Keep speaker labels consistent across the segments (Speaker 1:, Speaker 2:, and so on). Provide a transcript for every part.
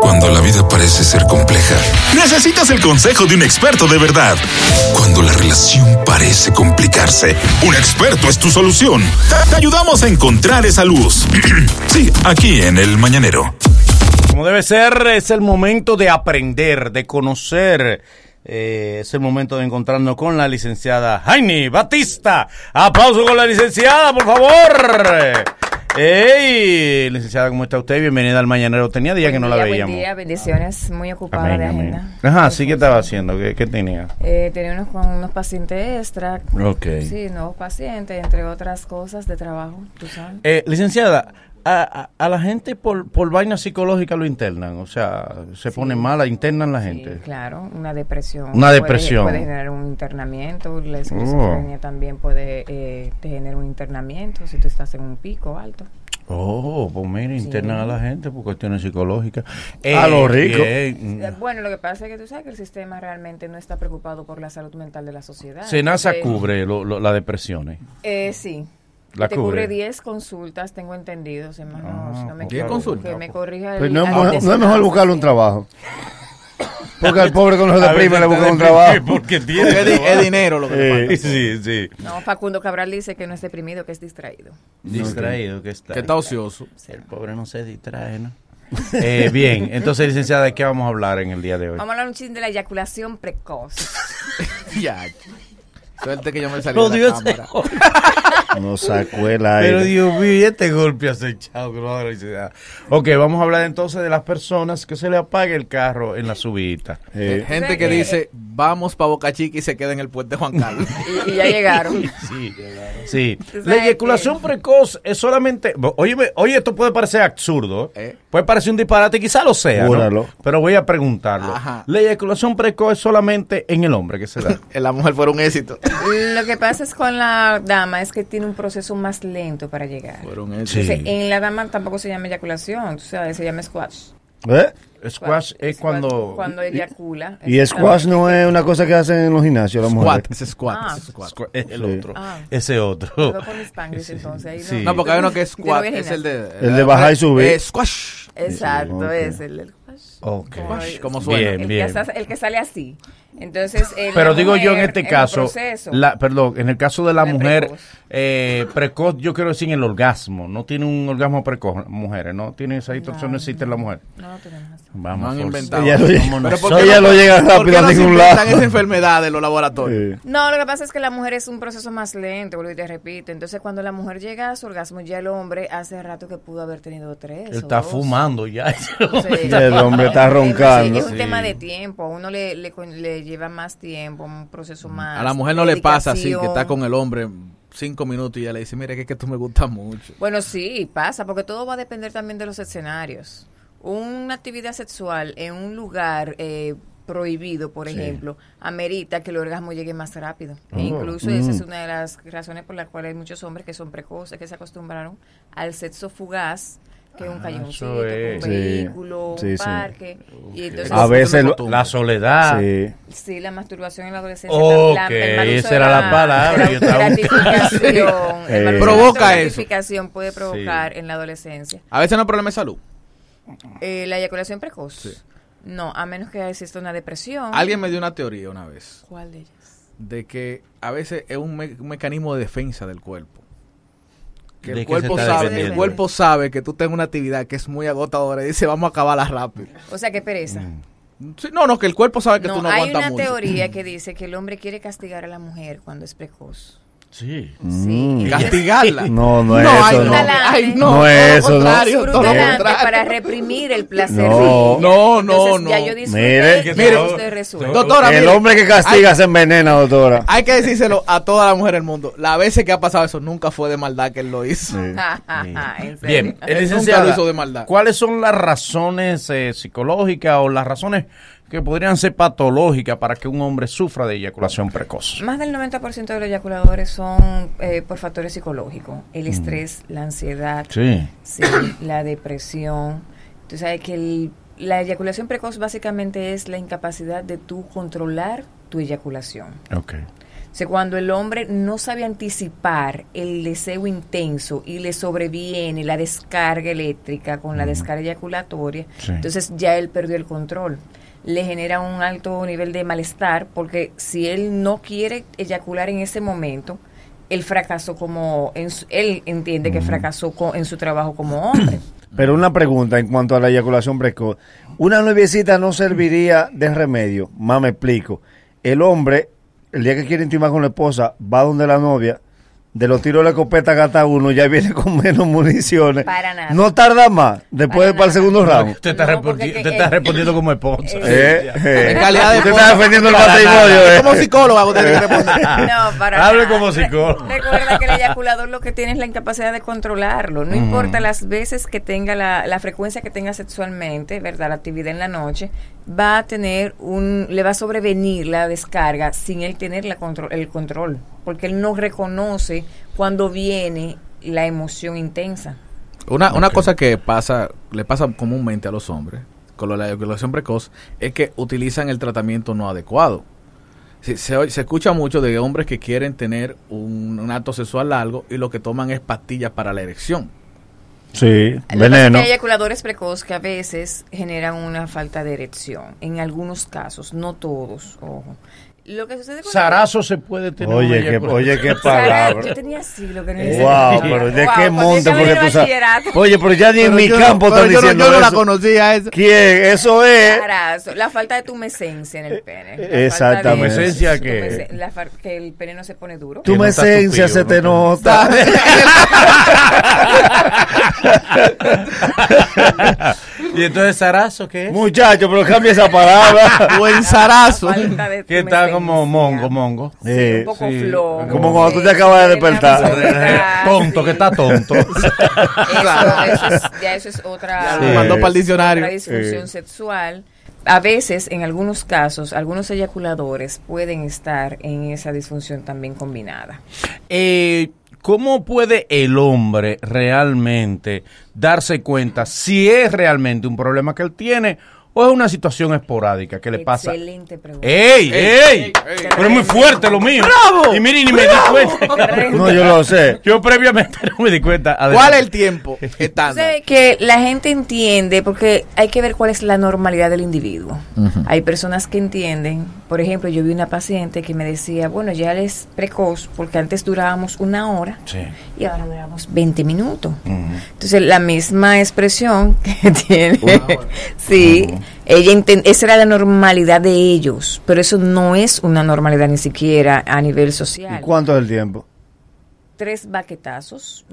Speaker 1: cuando la vida parece ser compleja.
Speaker 2: Necesitas el consejo de un experto de verdad.
Speaker 1: Cuando la relación parece complicarse.
Speaker 2: Un experto es tu solución. Te, te ayudamos a encontrar esa luz. sí, aquí en el mañanero.
Speaker 3: Como debe ser, es el momento de aprender, de conocer. Eh, es el momento de encontrarnos con la licenciada Jaime Batista. Aplauso con la licenciada, por favor. ¡Ey! Licenciada, ¿cómo está usted? Bienvenida al Mañanero. Tenía día
Speaker 4: Buen
Speaker 3: que no
Speaker 4: día,
Speaker 3: la veíamos.
Speaker 4: Buen día, bendiciones. Muy ocupada
Speaker 3: Amén,
Speaker 4: de
Speaker 3: amén. Ah.
Speaker 4: agenda.
Speaker 3: Ajá, sí, ¿qué estaba haciendo? ¿Qué, qué tenía?
Speaker 4: Eh, tenía unos, con unos pacientes extra.
Speaker 3: Ok.
Speaker 4: Sí, nuevos pacientes, entre otras cosas de trabajo, tú sabes.
Speaker 3: Eh, licenciada, a, a- a la gente por, por vaina psicológica lo internan. O sea, se pone mala, internan la gente.
Speaker 4: Sí, claro, una depresión.
Speaker 3: Una
Speaker 4: puede-
Speaker 3: depresión. Oh.
Speaker 4: Puede, generar un internamiento, la esquizofrenia también puede eh, te generar un internamiento si tú estás en un pico alto.
Speaker 3: Oh, pues mira, internan a la gente por cuestiones psicológicas. mm.
Speaker 5: A lo rico.
Speaker 3: bien.
Speaker 4: Eh, Bueno, lo que pasa es que tú sabes que el sistema realmente no está preocupado por la salud mental de la sociedad.
Speaker 3: Senasa
Speaker 4: Entonces,
Speaker 3: cubre lo- lo- las depresiones.
Speaker 4: Eh, sí.
Speaker 3: La
Speaker 4: te cubre
Speaker 3: cubre.
Speaker 4: 10 consultas, tengo entendido, si más no- si no me
Speaker 3: 10
Speaker 4: equivoco,
Speaker 3: consultas.
Speaker 4: Que me corrija el,
Speaker 5: Ah, Pues no, es
Speaker 4: al
Speaker 5: mo- no es
Speaker 4: desordenado.
Speaker 5: mejor buscarle un trabajo. Porque al pobre cuando se
Speaker 3: A veces
Speaker 5: deprime le
Speaker 3: te
Speaker 5: busca un
Speaker 3: deprime
Speaker 5: trabajo.
Speaker 3: Porque tiene.
Speaker 6: Porque es, di- es dinero lo que le
Speaker 3: Eh,
Speaker 6: falta.
Speaker 3: sí, sí.
Speaker 4: No, Facundo Cabral dice que no es deprimido, que es distraído.
Speaker 3: Distraído que está.
Speaker 6: Que está ocioso.
Speaker 3: El pobre no se distrae, ¿no? Eh, bien, entonces, licenciada, ¿de qué vamos a hablar en el día
Speaker 5: Pues.
Speaker 3: de hoy?
Speaker 4: Vamos a hablar un chin de la eyaculación precoz.
Speaker 6: Ya. Suerte que yo me salí
Speaker 3: Pero
Speaker 6: de la
Speaker 3: Dios,
Speaker 6: cámara.
Speaker 5: Nos sacó el aire.
Speaker 3: pero Dios mío, y este golpe acechado que lo da la licenciada. Ok, vamos a hablar entonces de las personas que se le apague el carro en la subida.
Speaker 6: Eh,
Speaker 5: Eh,
Speaker 6: Gente que dice, vamos para Boca Chica y se queda en el puente Juan Carlos.
Speaker 4: Y, y ya llegaron.
Speaker 3: Sí, sí.
Speaker 4: Tú sabes
Speaker 3: La eyaculación precoz es solamente. Oye, oye, esto puede parecer absurdo.
Speaker 6: ¿Eh?
Speaker 3: Puede parecer un disparate, quizá lo sea. ¿no?
Speaker 5: Júralo.
Speaker 3: Pero voy a preguntarlo.
Speaker 6: Ajá.
Speaker 3: La eyaculación precoz es solamente en el hombre que se da.
Speaker 6: la mujer fue un éxito.
Speaker 4: Lo que pasa es con la dama es que tiene un proceso más lento para llegar.
Speaker 5: Pues,
Speaker 6: Fueron
Speaker 3: Sí.
Speaker 6: éxito.
Speaker 4: Entonces, en la dama tampoco se llama eyaculación, tú sabes, se llama squash.
Speaker 5: ¿Eh?
Speaker 3: Squash es cuando.
Speaker 4: Cuando eyacula.
Speaker 5: Y squash no es una cosa que hacen en los gimnasios las
Speaker 6: Squat,
Speaker 5: mujeres.
Speaker 6: ese squat,
Speaker 4: Ah.
Speaker 6: ese squat.
Speaker 3: Squa- es el
Speaker 5: Sí.
Speaker 3: otro.
Speaker 4: Ah.
Speaker 3: Ese otro.
Speaker 4: Lo pones spanglish, entonces. ahí
Speaker 3: Sí.
Speaker 6: No, porque hay uno que es
Speaker 4: Yo no voy
Speaker 6: squat,
Speaker 4: al
Speaker 6: es el de...
Speaker 5: El de bajar y subir.
Speaker 6: Eh, squash.
Speaker 4: Exacto,
Speaker 5: Ok.
Speaker 4: es el del squash.
Speaker 3: Ok.
Speaker 6: Squash, como
Speaker 3: Bien.
Speaker 6: suena.
Speaker 4: el, Que sa- el que sale así. Entonces, el-
Speaker 3: Pero
Speaker 4: la
Speaker 3: digo yo en
Speaker 4: mujer,
Speaker 3: este
Speaker 4: el
Speaker 3: caso,
Speaker 4: proceso,
Speaker 3: la, perdón, en el caso de la
Speaker 4: La
Speaker 3: mujer
Speaker 4: precoz.
Speaker 3: eh, precoz, yo quiero decir en el orgasmo, no tiene un orgasmo precoz, mujeres, no tiene esa distorsión, no existe en la mujer.
Speaker 4: No, no tenemos así.
Speaker 3: Vamos,
Speaker 6: No han
Speaker 3: Sol.
Speaker 6: inventado.
Speaker 5: Ella lo-
Speaker 3: Vámonos.
Speaker 5: Pero
Speaker 6: ¿por
Speaker 5: Eso
Speaker 6: qué
Speaker 5: ya lo llega
Speaker 6: ¿por qué
Speaker 5: rápido a
Speaker 6: no se
Speaker 5: ningún
Speaker 6: inventan
Speaker 5: lado?
Speaker 6: esa enfermedad de los laboratorios?
Speaker 5: Eh,
Speaker 4: No, lo que pasa es que la mujer es un proceso más lento, vuelvo y te repito. Entonces, cuando la mujer llega a su orgasmo, ya el hombre hace rato que pudo haber tenido tres.
Speaker 3: Él
Speaker 4: o
Speaker 3: está
Speaker 4: dos.
Speaker 3: fumando ya.
Speaker 4: Sí.
Speaker 5: El hombre está
Speaker 4: Es un tema-
Speaker 5: roncando.
Speaker 4: sí, Es un
Speaker 3: Sí.
Speaker 4: tema de tiempo. A uno le, le, con- le lleva más tiempo, un proceso más.
Speaker 6: A la mujer no le pasa así, que
Speaker 4: dedicación.
Speaker 6: está con el hombre cinco minutos y ya le dice, mira, que, es que tú me gustas mucho.
Speaker 4: Bueno, sí, pasa, porque todo va a depender también de los escenarios. Una actividad sexual en un lugar eh, prohibido, por ejemplo, amerita que el orgasmo llegue más rápido.
Speaker 3: Oh,
Speaker 4: E incluso esa
Speaker 3: mm.
Speaker 4: es una de las razones por las cuales hay muchos hombres que son precoces, que se acostumbraron al sexo fugaz, que es un callejoncito,
Speaker 3: Ah, es.
Speaker 4: un
Speaker 5: Sí.
Speaker 4: vehículo,
Speaker 5: Sí,
Speaker 4: un
Speaker 5: sí.
Speaker 4: parque. Y entonces,
Speaker 5: A veces lo-
Speaker 3: La soledad.
Speaker 5: sí.
Speaker 4: Sí, la masturbación en la adolescencia.
Speaker 3: Ok,
Speaker 4: la- la- el mal uso
Speaker 3: esa
Speaker 4: de
Speaker 3: era la palabra, yo estaba
Speaker 4: gratificación. el mal uso de
Speaker 6: Provoca
Speaker 4: la
Speaker 6: eso.
Speaker 4: gratificación puede provocar en la adolescencia.
Speaker 6: A veces no hay problema de salud.
Speaker 4: Eh, la eyaculación precoz. No, a menos que exista una depresión.
Speaker 6: Alguien me dio una teoría una vez.
Speaker 4: ¿Cuál de ellas?
Speaker 6: de que a veces es un, me- un mecanismo de defensa del cuerpo. Que
Speaker 3: ¿De
Speaker 6: el
Speaker 3: qué se
Speaker 6: cuerpo,
Speaker 3: está
Speaker 6: sabe, el
Speaker 3: defendiendo?
Speaker 6: cuerpo sabe que tú tengas una actividad que es muy agotadora y dice, vamos a acabarla rápido.
Speaker 4: O sea, que pereza.
Speaker 6: Sí, no, no, que el cuerpo sabe Mm. que
Speaker 4: no,
Speaker 6: tú no
Speaker 4: hay
Speaker 6: aguantas
Speaker 4: una
Speaker 6: mucho. Mm.
Speaker 4: teoría que dice que el hombre quiere castigar a la mujer cuando es precoz.
Speaker 3: Sí.
Speaker 5: Mm.
Speaker 4: Sí.
Speaker 6: Castigarla.
Speaker 5: No, no es
Speaker 6: ay,
Speaker 5: eso,
Speaker 6: no.
Speaker 5: no.
Speaker 6: Ay, no.
Speaker 5: No es eso,
Speaker 6: todo
Speaker 5: no.
Speaker 6: lo contrario, todo lo
Speaker 4: Disfruta
Speaker 6: contrario.
Speaker 4: para reprimir el placer.
Speaker 5: No.
Speaker 4: de ella.
Speaker 6: No, no,
Speaker 4: Entonces, Ya
Speaker 6: no.
Speaker 4: yo
Speaker 5: Mire,
Speaker 4: disfruté, ya
Speaker 6: mire,
Speaker 4: usted resuelve.
Speaker 6: Doctora,
Speaker 5: El
Speaker 6: mire,
Speaker 5: hombre que castiga se envenena, doctora.
Speaker 6: Hay que decírselo a toda la mujer del mundo. Las veces que ha pasado eso nunca fue de maldad que él lo hizo.
Speaker 4: Ja, ja, ja, en serio.
Speaker 3: Bien, eh,
Speaker 6: Nunca
Speaker 3: licenciada,
Speaker 6: lo hizo de maldad.
Speaker 3: ¿cuáles son las razones eh, psicológicas o las razones que podrían ser patológicas para que un hombre sufra de eyaculación precoz?
Speaker 4: Más del 90% de los eyaculadores son eh, por factores psicológicos.
Speaker 6: Mm.
Speaker 4: El estrés, la ansiedad,
Speaker 3: Sí.
Speaker 4: sí, la depresión. Tú sabes que el- la eyaculación precoz básicamente es la incapacidad de tú controlar tu eyaculación.
Speaker 3: Ok.
Speaker 4: O O sea, cuando el hombre no sabe anticipar el deseo intenso y le sobreviene la descarga eléctrica con la descarga eyaculatoria,
Speaker 3: Sí.
Speaker 4: entonces ya él perdió el control. Le genera un alto nivel de malestar porque si él no quiere eyacular en ese momento, él fracasó como, en su- él entiende que fracasó co- en su trabajo como hombre.
Speaker 5: Pero una pregunta en cuanto a la eyaculación precoz. Una noviecita no serviría de remedio. Más me explico. El hombre, el día que quiere intimar con la esposa, va donde la novia, de los tiros de la escopeta gata uno, ya viene con menos municiones.
Speaker 4: Para nada.
Speaker 5: No tarda más, después
Speaker 4: Para
Speaker 5: de para el
Speaker 4: nada.
Speaker 5: segundo round.
Speaker 3: Usted está,
Speaker 4: No,
Speaker 3: respondi-
Speaker 4: porque que-
Speaker 3: usted está
Speaker 4: eh,
Speaker 3: respondiendo como esposa.
Speaker 5: Eh, eh.
Speaker 6: En calidad de
Speaker 5: Usted
Speaker 6: esposa.
Speaker 5: está defendiendo el
Speaker 3: Para
Speaker 5: matrimonio.
Speaker 3: nada.
Speaker 5: eh.
Speaker 6: Como psicóloga, usted tiene que responder.
Speaker 4: No, para
Speaker 3: Hable
Speaker 4: nada.
Speaker 3: como
Speaker 4: Re-
Speaker 3: psicólogo.
Speaker 4: recuerda que el eyaculador lo que tiene es la incapacidad de controlarlo.
Speaker 3: Mm.
Speaker 4: No importa las veces que tenga, la, la frecuencia que tenga sexualmente, ¿verdad? La actividad en la noche, va a tener un. le va a sobrevenir la descarga sin él tener la control, el control. Porque él no reconoce cuando viene la emoción intensa.
Speaker 6: Una, una cosa que pasa, le pasa comúnmente a los hombres con lo de la eyaculación precoz es que utilizan el tratamiento no adecuado. Se, se, oye- se escucha mucho de hombres que quieren tener un, un acto sexual largo y lo que toman es pastillas para la erección.
Speaker 5: Sí,
Speaker 4: Lo que pasa es que
Speaker 5: veneno.
Speaker 4: Hay eyaculadores precoz que a veces generan una falta de erección. En algunos casos, no todos, ojo. Lo que sucede con
Speaker 3: Zarazo se puede tener.
Speaker 5: Oye,
Speaker 3: una
Speaker 5: que,
Speaker 3: eyaculación.
Speaker 5: oye, qué
Speaker 4: Sara, Yo
Speaker 5: palabra.
Speaker 4: tenía siglo que no
Speaker 5: Wow, pero ¿de qué monte? Porque tú sabes- Oye, pero ya ni en
Speaker 6: Pero
Speaker 5: mi
Speaker 6: yo no-
Speaker 5: campo
Speaker 6: pero
Speaker 5: están
Speaker 6: yo no-
Speaker 5: diciendo
Speaker 6: Yo no la
Speaker 5: eso.
Speaker 6: conocía esa.
Speaker 5: ¿Quién? Eso es.
Speaker 4: la falta de tumescencia en el pene. La
Speaker 5: Eh,
Speaker 4: falta de-
Speaker 5: exactamente.
Speaker 3: ¿Tumescencia qué?
Speaker 4: tumesce- la far- que el pene no se pone duro.
Speaker 5: Tu
Speaker 3: Que no está
Speaker 5: esencia
Speaker 3: tupido,
Speaker 5: se te
Speaker 3: no
Speaker 5: nota.
Speaker 3: ¿Y entonces Zarazo qué es?
Speaker 5: Muchacho, pero cambia esa palabra.
Speaker 6: Buen zarazo.
Speaker 4: La falta de
Speaker 3: que está
Speaker 4: tumescencia.
Speaker 3: como mongo, mongo.
Speaker 5: Eh,
Speaker 4: Un poco
Speaker 3: Sí.
Speaker 4: flojo.
Speaker 5: Como cuando tú te acabas de
Speaker 4: Pena
Speaker 5: despertar.
Speaker 4: absoluta,
Speaker 3: tonto, que
Speaker 4: Ah, sí.
Speaker 3: está tonto.
Speaker 4: Eso, eso es- ya eso es otra.
Speaker 6: Lo mandó para el diccionario.
Speaker 4: Otra disfunción sexual. A veces, en algunos casos, algunos eyaculadores pueden estar en esa disfunción también combinada.
Speaker 3: Eh, ¿Cómo puede el hombre realmente darse cuenta si es realmente un problema que él tiene o es una situación esporádica que le pasa? Eh,
Speaker 4: Excelente pregunta.
Speaker 3: ¡Ey, ey! Pero es muy fuerte lo mío. ¡Bravo! Y miren, ni me di cuenta.
Speaker 5: No, yo lo sé.
Speaker 3: Yo previamente no me di cuenta.
Speaker 6: ¿Cuál
Speaker 3: Adelante.
Speaker 6: es el tiempo estándar?
Speaker 4: Sabe que la gente entiende, porque hay que ver cuál es la normalidad del individuo. Hay personas que entienden, por ejemplo, yo vi una paciente que me decía, bueno, ya él es precoz, porque antes durábamos una hora
Speaker 3: Sí.
Speaker 4: y ahora duramos 20 minutos. Entonces, la misma expresión que tiene, sí, ella enten- esa era la normalidad de ellos, pero eso no es una normalidad ni siquiera a nivel
Speaker 5: ¿Y
Speaker 4: social.
Speaker 5: cuánto es el tiempo?
Speaker 4: Tres baquetazos.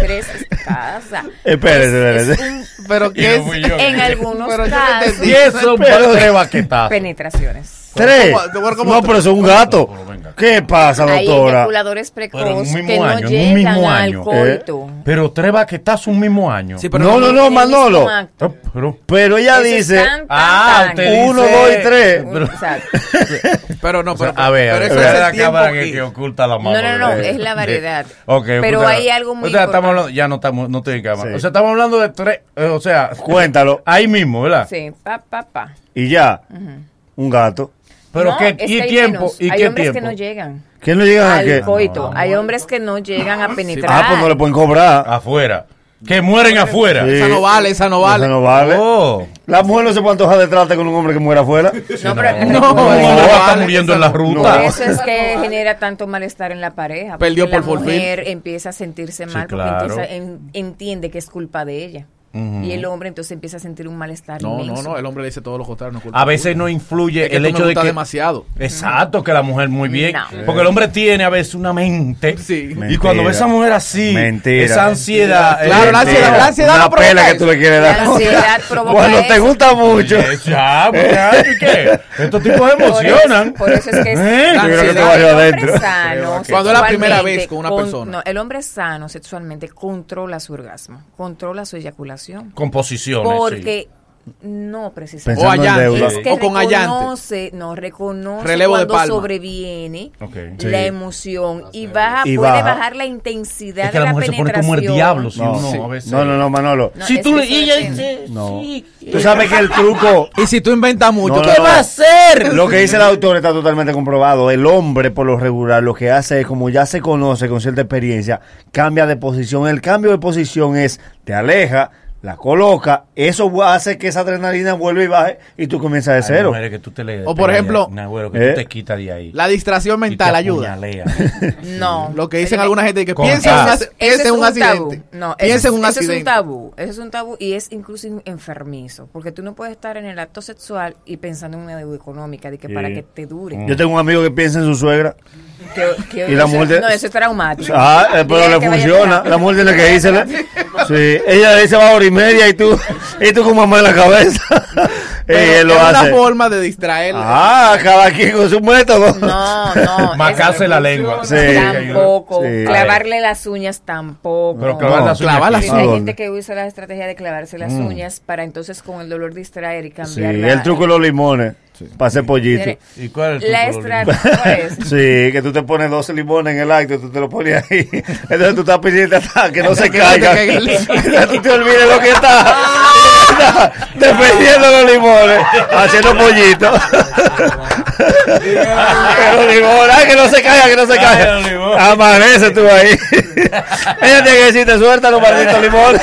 Speaker 4: Tres estacadas. o sea,
Speaker 5: Espérese,
Speaker 4: es- es
Speaker 5: espérese.
Speaker 4: un-
Speaker 6: Pero
Speaker 3: Y
Speaker 6: que
Speaker 3: no fui
Speaker 6: es.
Speaker 3: yo.
Speaker 4: en algunos
Speaker 6: Pero yo no
Speaker 4: casos,
Speaker 6: entendí.
Speaker 3: Y eso
Speaker 5: Pero-
Speaker 3: tres baquetazos.
Speaker 4: penetraciones.
Speaker 5: Tres.
Speaker 6: te voy a como
Speaker 5: No,
Speaker 6: tres.
Speaker 5: pero eso es un gato. ¿Qué pasa,
Speaker 4: Hay
Speaker 5: doctora?
Speaker 4: eyaculadores
Speaker 3: Pero en un
Speaker 4: precoces
Speaker 3: mismo
Speaker 4: que no
Speaker 3: año, en un
Speaker 4: llegan
Speaker 3: mismo
Speaker 4: al
Speaker 3: año.
Speaker 4: coito.
Speaker 3: Eh, Pero tres baquetazos un mismo año.
Speaker 6: Sí, pero
Speaker 5: No, no,
Speaker 4: En
Speaker 5: no,
Speaker 4: el
Speaker 5: Manolo.
Speaker 4: mismo acto.
Speaker 3: Oh, pero-
Speaker 5: Pero ella
Speaker 4: Eso es
Speaker 5: dice
Speaker 4: tan, tan,
Speaker 3: Ah,
Speaker 4: tan.
Speaker 3: usted
Speaker 5: uno,
Speaker 3: dice-
Speaker 5: dos y tres.
Speaker 4: Un-
Speaker 3: Pero-
Speaker 4: exacto.
Speaker 6: Pero no,
Speaker 3: O sea,
Speaker 6: pero.
Speaker 3: a ver, a
Speaker 6: pero
Speaker 3: ver,
Speaker 6: eso
Speaker 3: esa
Speaker 6: es
Speaker 3: es la
Speaker 6: el tiempo
Speaker 3: cámara que,
Speaker 6: y-
Speaker 3: que oculta la mano.
Speaker 4: No, no, no,
Speaker 3: de-
Speaker 4: es la variedad.
Speaker 3: Ok,
Speaker 4: Pero
Speaker 3: oculta-
Speaker 4: hay algo muy
Speaker 3: o sea, estamos
Speaker 4: importante.
Speaker 3: hablando, ya no estamos, no estoy en cámara.
Speaker 5: Sí.
Speaker 3: O sea, estamos hablando de tres, eh, o sea,
Speaker 5: Cuéntalo.
Speaker 3: ahí mismo, ¿verdad?
Speaker 4: Sí, pa, pa, pa.
Speaker 5: y ya. Un gato.
Speaker 3: Pero
Speaker 4: No,
Speaker 3: qué,
Speaker 4: es que
Speaker 3: y
Speaker 4: hay
Speaker 3: tiempo,
Speaker 4: menos.
Speaker 3: y
Speaker 4: hay
Speaker 3: qué
Speaker 4: hombres
Speaker 3: tiempo.
Speaker 4: que no llegan
Speaker 5: ¿Quién no llega a qué?
Speaker 4: al coito. Hay hombres que no llegan a penetrar.
Speaker 5: Ah, pues no le pueden
Speaker 3: Ah,
Speaker 5: cobrar.
Speaker 3: afuera. Que mueren afuera.
Speaker 5: Sí.
Speaker 6: Esa no vale, esa no
Speaker 5: Eso
Speaker 6: vale.
Speaker 5: no vale.
Speaker 3: Oh.
Speaker 5: La mujer no se puede antojar de trate con un hombre que muera afuera.
Speaker 4: No, pero-
Speaker 3: No,
Speaker 6: No,
Speaker 3: esa
Speaker 6: no
Speaker 3: está
Speaker 6: vale,
Speaker 3: muriendo
Speaker 6: esa
Speaker 3: en la
Speaker 6: no.
Speaker 3: ruta.
Speaker 4: Por eso es que genera tanto malestar en la pareja. porque
Speaker 6: Perdió por
Speaker 4: la
Speaker 6: forfeit.
Speaker 4: mujer empieza a sentirse mal porque
Speaker 3: claro.
Speaker 4: empieza- en- entiende que es culpa de ella. Y el hombre entonces empieza a sentir un malestar
Speaker 6: No, no,
Speaker 4: inmenso.
Speaker 6: no, el hombre le dice todo lo contrario. No es culpa
Speaker 3: A veces
Speaker 6: tuya.
Speaker 3: no influye
Speaker 6: Es que
Speaker 3: el
Speaker 6: tú me
Speaker 3: hecho de
Speaker 6: gustas
Speaker 3: que
Speaker 6: demasiado.
Speaker 3: Exacto, que la mujer muy bien.
Speaker 4: No.
Speaker 3: Porque el hombre tiene a veces una mente.
Speaker 6: Sí.
Speaker 3: Y cuando ve a esa mujer así,
Speaker 5: Mentira.
Speaker 3: esa ansiedad. eh,
Speaker 6: Mentira. Claro, la
Speaker 3: mentira.
Speaker 6: ansiedad, la ansiedad
Speaker 5: Una
Speaker 6: no provoca
Speaker 5: pela que
Speaker 6: eso.
Speaker 5: tú le quieres
Speaker 4: La
Speaker 5: dar.
Speaker 4: ansiedad provoca
Speaker 5: Cuando te
Speaker 4: eso.
Speaker 5: gusta mucho.
Speaker 3: Oye, Ya, muchacho, ¿y qué? Estos tipos
Speaker 4: Por eso-
Speaker 3: emocionan.
Speaker 4: Por eso, es que es
Speaker 3: ¿Eh?
Speaker 5: Yo creo que te
Speaker 4: Sano,
Speaker 5: barrió
Speaker 4: el hombre
Speaker 5: adentro.
Speaker 4: sano
Speaker 6: Cuando es la primera
Speaker 4: sexualmente,
Speaker 6: vez con una persona.
Speaker 4: no, el hombre sano sexualmente controla su orgasmo, controla su eyaculación.
Speaker 3: Composiciones. sí.
Speaker 4: Porque No,
Speaker 5: Pensando
Speaker 4: precisamente.
Speaker 6: O
Speaker 5: en
Speaker 6: allante.
Speaker 5: deuda.
Speaker 4: Es que
Speaker 6: o con allante.
Speaker 4: reconoce, no reconoce
Speaker 6: Relevo de
Speaker 4: cuando
Speaker 6: palma. Ah,
Speaker 4: sobreviene
Speaker 3: Ok.
Speaker 5: Sí.
Speaker 4: la emoción y baja,
Speaker 5: Y
Speaker 4: puede
Speaker 5: baja.
Speaker 4: bajar la intensidad
Speaker 3: Es que
Speaker 4: de
Speaker 3: la
Speaker 4: la,
Speaker 3: mujer se pone
Speaker 4: penetración.
Speaker 3: como el diablo, si
Speaker 5: No,
Speaker 3: uno
Speaker 5: sí.
Speaker 3: a veces.
Speaker 5: no, no, no, Manolo.
Speaker 4: No,
Speaker 7: si
Speaker 4: es
Speaker 7: tú
Speaker 4: que
Speaker 7: le
Speaker 4: eso
Speaker 7: y ella
Speaker 4: depende.
Speaker 7: dice,
Speaker 5: No.
Speaker 7: sí,
Speaker 5: Tú sabes que el truco.
Speaker 6: Y si tú inventas mucho,
Speaker 5: No,
Speaker 6: ¿qué
Speaker 5: no,
Speaker 7: ¿qué
Speaker 5: no.
Speaker 7: va a hacer?
Speaker 5: Lo que dice el autor está totalmente comprobado. El hombre, por lo regular, lo que hace es, como ya se conoce con cierta experiencia, cambia de posición. El cambio de posición es, te aleja, la coloca, eso vu- hace que esa adrenalina vuelva y baje y tú comienzas de
Speaker 3: Hay
Speaker 5: cero.
Speaker 3: mujeres que tú te le-
Speaker 6: O, por
Speaker 3: te le-
Speaker 6: ejemplo,
Speaker 3: Nagüero, que
Speaker 5: ¿Eh?
Speaker 3: tú te quitas de ahí.
Speaker 6: La distracción
Speaker 3: y te
Speaker 6: mental ayuda.
Speaker 3: apuñalea.
Speaker 4: No.
Speaker 6: Lo que dicen
Speaker 4: Ele-
Speaker 6: alguna gente que
Speaker 3: Con
Speaker 6: piensa en un,
Speaker 3: paz.
Speaker 6: ac- piensa en un accidente.
Speaker 4: Tabú. No,
Speaker 6: piensa
Speaker 4: eso,
Speaker 6: en un
Speaker 4: eso es un
Speaker 6: accidente.
Speaker 4: tabú. Eso es un tabú y es incluso in- enfermizo. Porque tú no puedes estar en el acto sexual y pensando en una deuda económica de que para
Speaker 5: Sí.
Speaker 4: que te dure.
Speaker 5: Yo tengo un amigo que piensa en su suegra.
Speaker 4: Que- que-
Speaker 5: Y la
Speaker 4: eso-
Speaker 5: mujer de-
Speaker 4: No, eso es traumático.
Speaker 5: Ah, eh, pero
Speaker 4: Dile
Speaker 5: le
Speaker 4: que vaya
Speaker 5: funciona.
Speaker 4: terapia.
Speaker 5: La mujer tiene que irse. Sí, ella le dice va hora y media y tú, y tú con mamá en la cabeza. y
Speaker 6: Pero
Speaker 5: él lo
Speaker 6: es una
Speaker 5: hace.
Speaker 6: forma de distraer.
Speaker 5: Ah, cada quien con su método.
Speaker 4: No, no.
Speaker 3: Macarse
Speaker 4: eso
Speaker 3: la
Speaker 4: no
Speaker 3: lengua.
Speaker 4: funciona.
Speaker 5: Sí.
Speaker 4: Tampoco.
Speaker 5: Sí.
Speaker 4: Clavarle las uñas tampoco.
Speaker 3: Pero clavar
Speaker 5: No,
Speaker 3: las Mm. uñas
Speaker 6: clavar
Speaker 3: aquí.
Speaker 6: las
Speaker 5: ¿A
Speaker 4: Hay
Speaker 5: dónde?
Speaker 4: gente que usa la estrategia de clavarse las uñas para entonces con el dolor distraer y
Speaker 5: Sí,
Speaker 4: cambiar la...
Speaker 5: el truco de los limones. Para hacer pollito.
Speaker 4: Mire,
Speaker 3: ¿Y cuál es el
Speaker 4: La
Speaker 3: truco, Lolita?
Speaker 4: estrategia ¿cuál es?
Speaker 5: Sí, que tú te pones 12 limones en el acto, tú te lo pones ahí. Entonces tú estás pidiendo hasta que no se
Speaker 6: Que no te
Speaker 5: caiga.
Speaker 6: caiga el limón.
Speaker 5: Entonces tú te olvides lo que está. Defendiendo los limones, haciendo pollito. que los limones, ay, que no se caiga, que no se
Speaker 3: Ay,
Speaker 5: caiga.
Speaker 3: los limones.
Speaker 5: Amanece tú ahí. Ella tiene que decirte, suelta los malditos limones.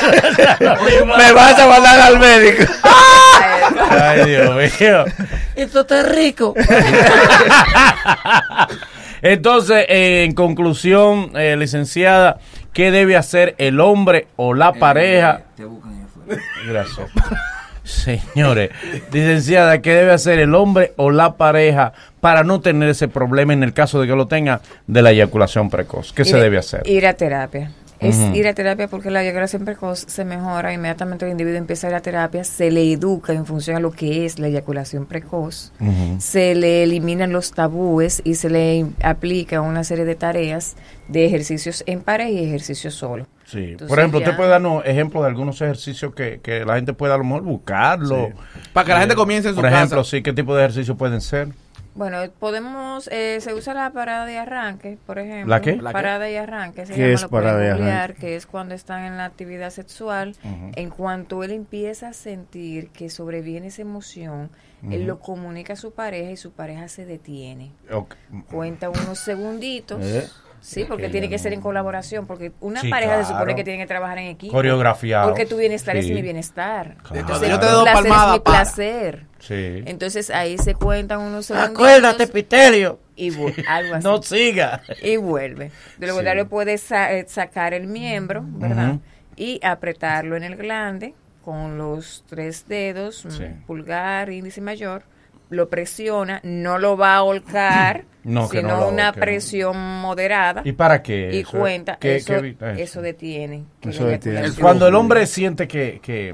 Speaker 5: Me vas a mandar al médico.
Speaker 3: Ay, Dios mío.
Speaker 7: Esto está rico.
Speaker 3: Entonces, eh, en conclusión, eh, licenciada, ¿qué debe hacer el hombre o la pareja? Gracias. Señores, licenciada, ¿qué debe hacer el hombre o la pareja para no tener ese problema en el caso de que lo tenga de la eyaculación precoz? ¿Qué se
Speaker 4: Ir-
Speaker 3: debe hacer?
Speaker 4: Ir a terapia. Es
Speaker 3: Ujú.
Speaker 4: ir a terapia porque la eyaculación precoz se mejora inmediatamente el individuo empieza a ir a terapia, se le educa en función a lo que es la eyaculación precoz, se le eliminan los tabúes y se le im- aplica una serie de tareas de ejercicios en pareja y ejercicios solo.
Speaker 3: Sí.
Speaker 4: Entonces,
Speaker 3: Por ejemplo, ¿usted
Speaker 4: ya-
Speaker 3: puede darnos ejemplos de algunos ejercicios que, que la gente pueda a lo mejor buscarlo?
Speaker 6: Para que la gente comience en su
Speaker 3: Ah. Por ejemplo,
Speaker 6: casa.
Speaker 3: sí, ¿qué tipo de ejercicios pueden ser?
Speaker 4: Bueno, podemos, eh, se usa la parada de arranque, por ejemplo.
Speaker 3: ¿La qué?
Speaker 6: ¿La qué?
Speaker 4: Parada de arranque. Se
Speaker 5: ¿Qué
Speaker 4: llama,
Speaker 5: es
Speaker 4: lo pueden
Speaker 5: parada de
Speaker 4: googlear,
Speaker 5: arranque?
Speaker 4: Que es cuando están en la actividad sexual. En cuanto él empieza a sentir que sobreviene esa emoción, él lo comunica a su pareja y su pareja se detiene.
Speaker 3: Ok.
Speaker 4: Cuenta unos segunditos.
Speaker 5: Eh.
Speaker 4: Sí, porque
Speaker 3: Ok,
Speaker 4: tiene que
Speaker 3: no.
Speaker 4: ser en colaboración, porque una
Speaker 3: Sí,
Speaker 4: pareja se supone
Speaker 3: claro.
Speaker 4: que tiene que trabajar en equipo.
Speaker 3: Coreografiado.
Speaker 4: Porque tu bienestar es
Speaker 3: Sí.
Speaker 4: mi bienestar.
Speaker 3: Claro.
Speaker 4: Entonces,
Speaker 3: Yo te
Speaker 4: tu
Speaker 6: doy
Speaker 4: placer
Speaker 6: palmada,
Speaker 4: es mi
Speaker 6: para.
Speaker 4: placer.
Speaker 3: Sí.
Speaker 4: Entonces ahí se cuentan unos segunditos
Speaker 7: Acuérdate, Piterio.
Speaker 4: y vu- algo así.
Speaker 3: No siga.
Speaker 4: y vuelve. De lo
Speaker 3: Sí.
Speaker 4: contrario puede sa- eh, sacar el miembro, ¿verdad?
Speaker 3: Ujú.
Speaker 4: Y apretarlo en el glande con los tres dedos, mm,
Speaker 3: Sí.
Speaker 4: pulgar, índice y mayor. Lo presiona, no lo va a holcar,
Speaker 3: No, que no
Speaker 4: sino
Speaker 3: lo
Speaker 4: una
Speaker 3: ahorque.
Speaker 4: presión moderada.
Speaker 3: ¿Y para qué?
Speaker 4: y
Speaker 3: eso?
Speaker 4: cuenta,
Speaker 3: ¿Qué-
Speaker 4: eso,
Speaker 3: qué evita eso?
Speaker 4: eso detiene. que
Speaker 5: Eso
Speaker 4: la
Speaker 5: detiene.
Speaker 4: eyaculación-
Speaker 3: Cuando el hombre siente que... que-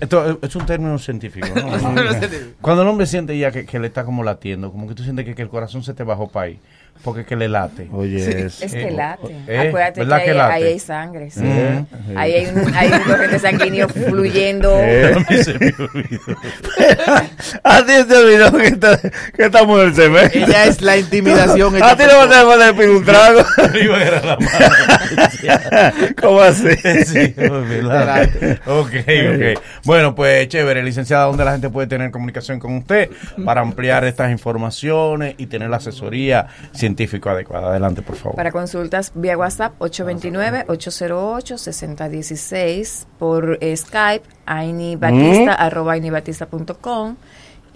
Speaker 3: esto es un término científico. ¿no? Cuando el hombre siente ya que, que le está como latiendo, como que tú sientes que, que el corazón se te bajó para ahí, porque que le late.
Speaker 5: Oye, eso.
Speaker 4: Es que
Speaker 3: Eh,
Speaker 4: late.
Speaker 3: eh,
Speaker 4: Acuérdate que
Speaker 3: ¿verdad que
Speaker 4: ahí,
Speaker 3: late? Mm,
Speaker 4: ahí hay sangre. sí.
Speaker 3: Ujú.
Speaker 4: Ahí hay un, hay un corriente sanguíneo fluyendo.
Speaker 5: Eh.
Speaker 3: A mí se me olvidó.
Speaker 5: A ti se te olvidó que esta, que esta mujer se ve.
Speaker 6: Ella es la intimidación. hecha
Speaker 5: A ti le vas a mandar pedir un trago.
Speaker 3: Iba a agarrar la mano.
Speaker 5: ¿Cómo así?
Speaker 3: Sí, ¿verdad? ok, ok. Bueno, pues chévere, licenciada, ¿dónde la gente puede tener comunicación con usted para ampliar estas informaciones y tener la asesoría científica adecuada? Adelante, por favor.
Speaker 4: Para consultas vía WhatsApp 829-808-6016 por eh, Skype ainibatista arroba ainibatista.com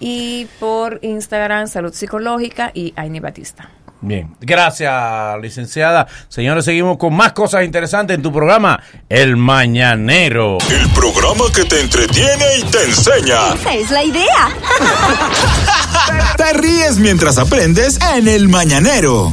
Speaker 4: y por Instagram Salud Psicológica y ainibatista.
Speaker 3: Bien, gracias, licenciada. Señores, seguimos con más cosas interesantes en tu programa, El Mañanero.
Speaker 2: El programa que te entretiene y te enseña.
Speaker 8: Esa es la idea.
Speaker 1: Te ríes mientras aprendes en el mañanero.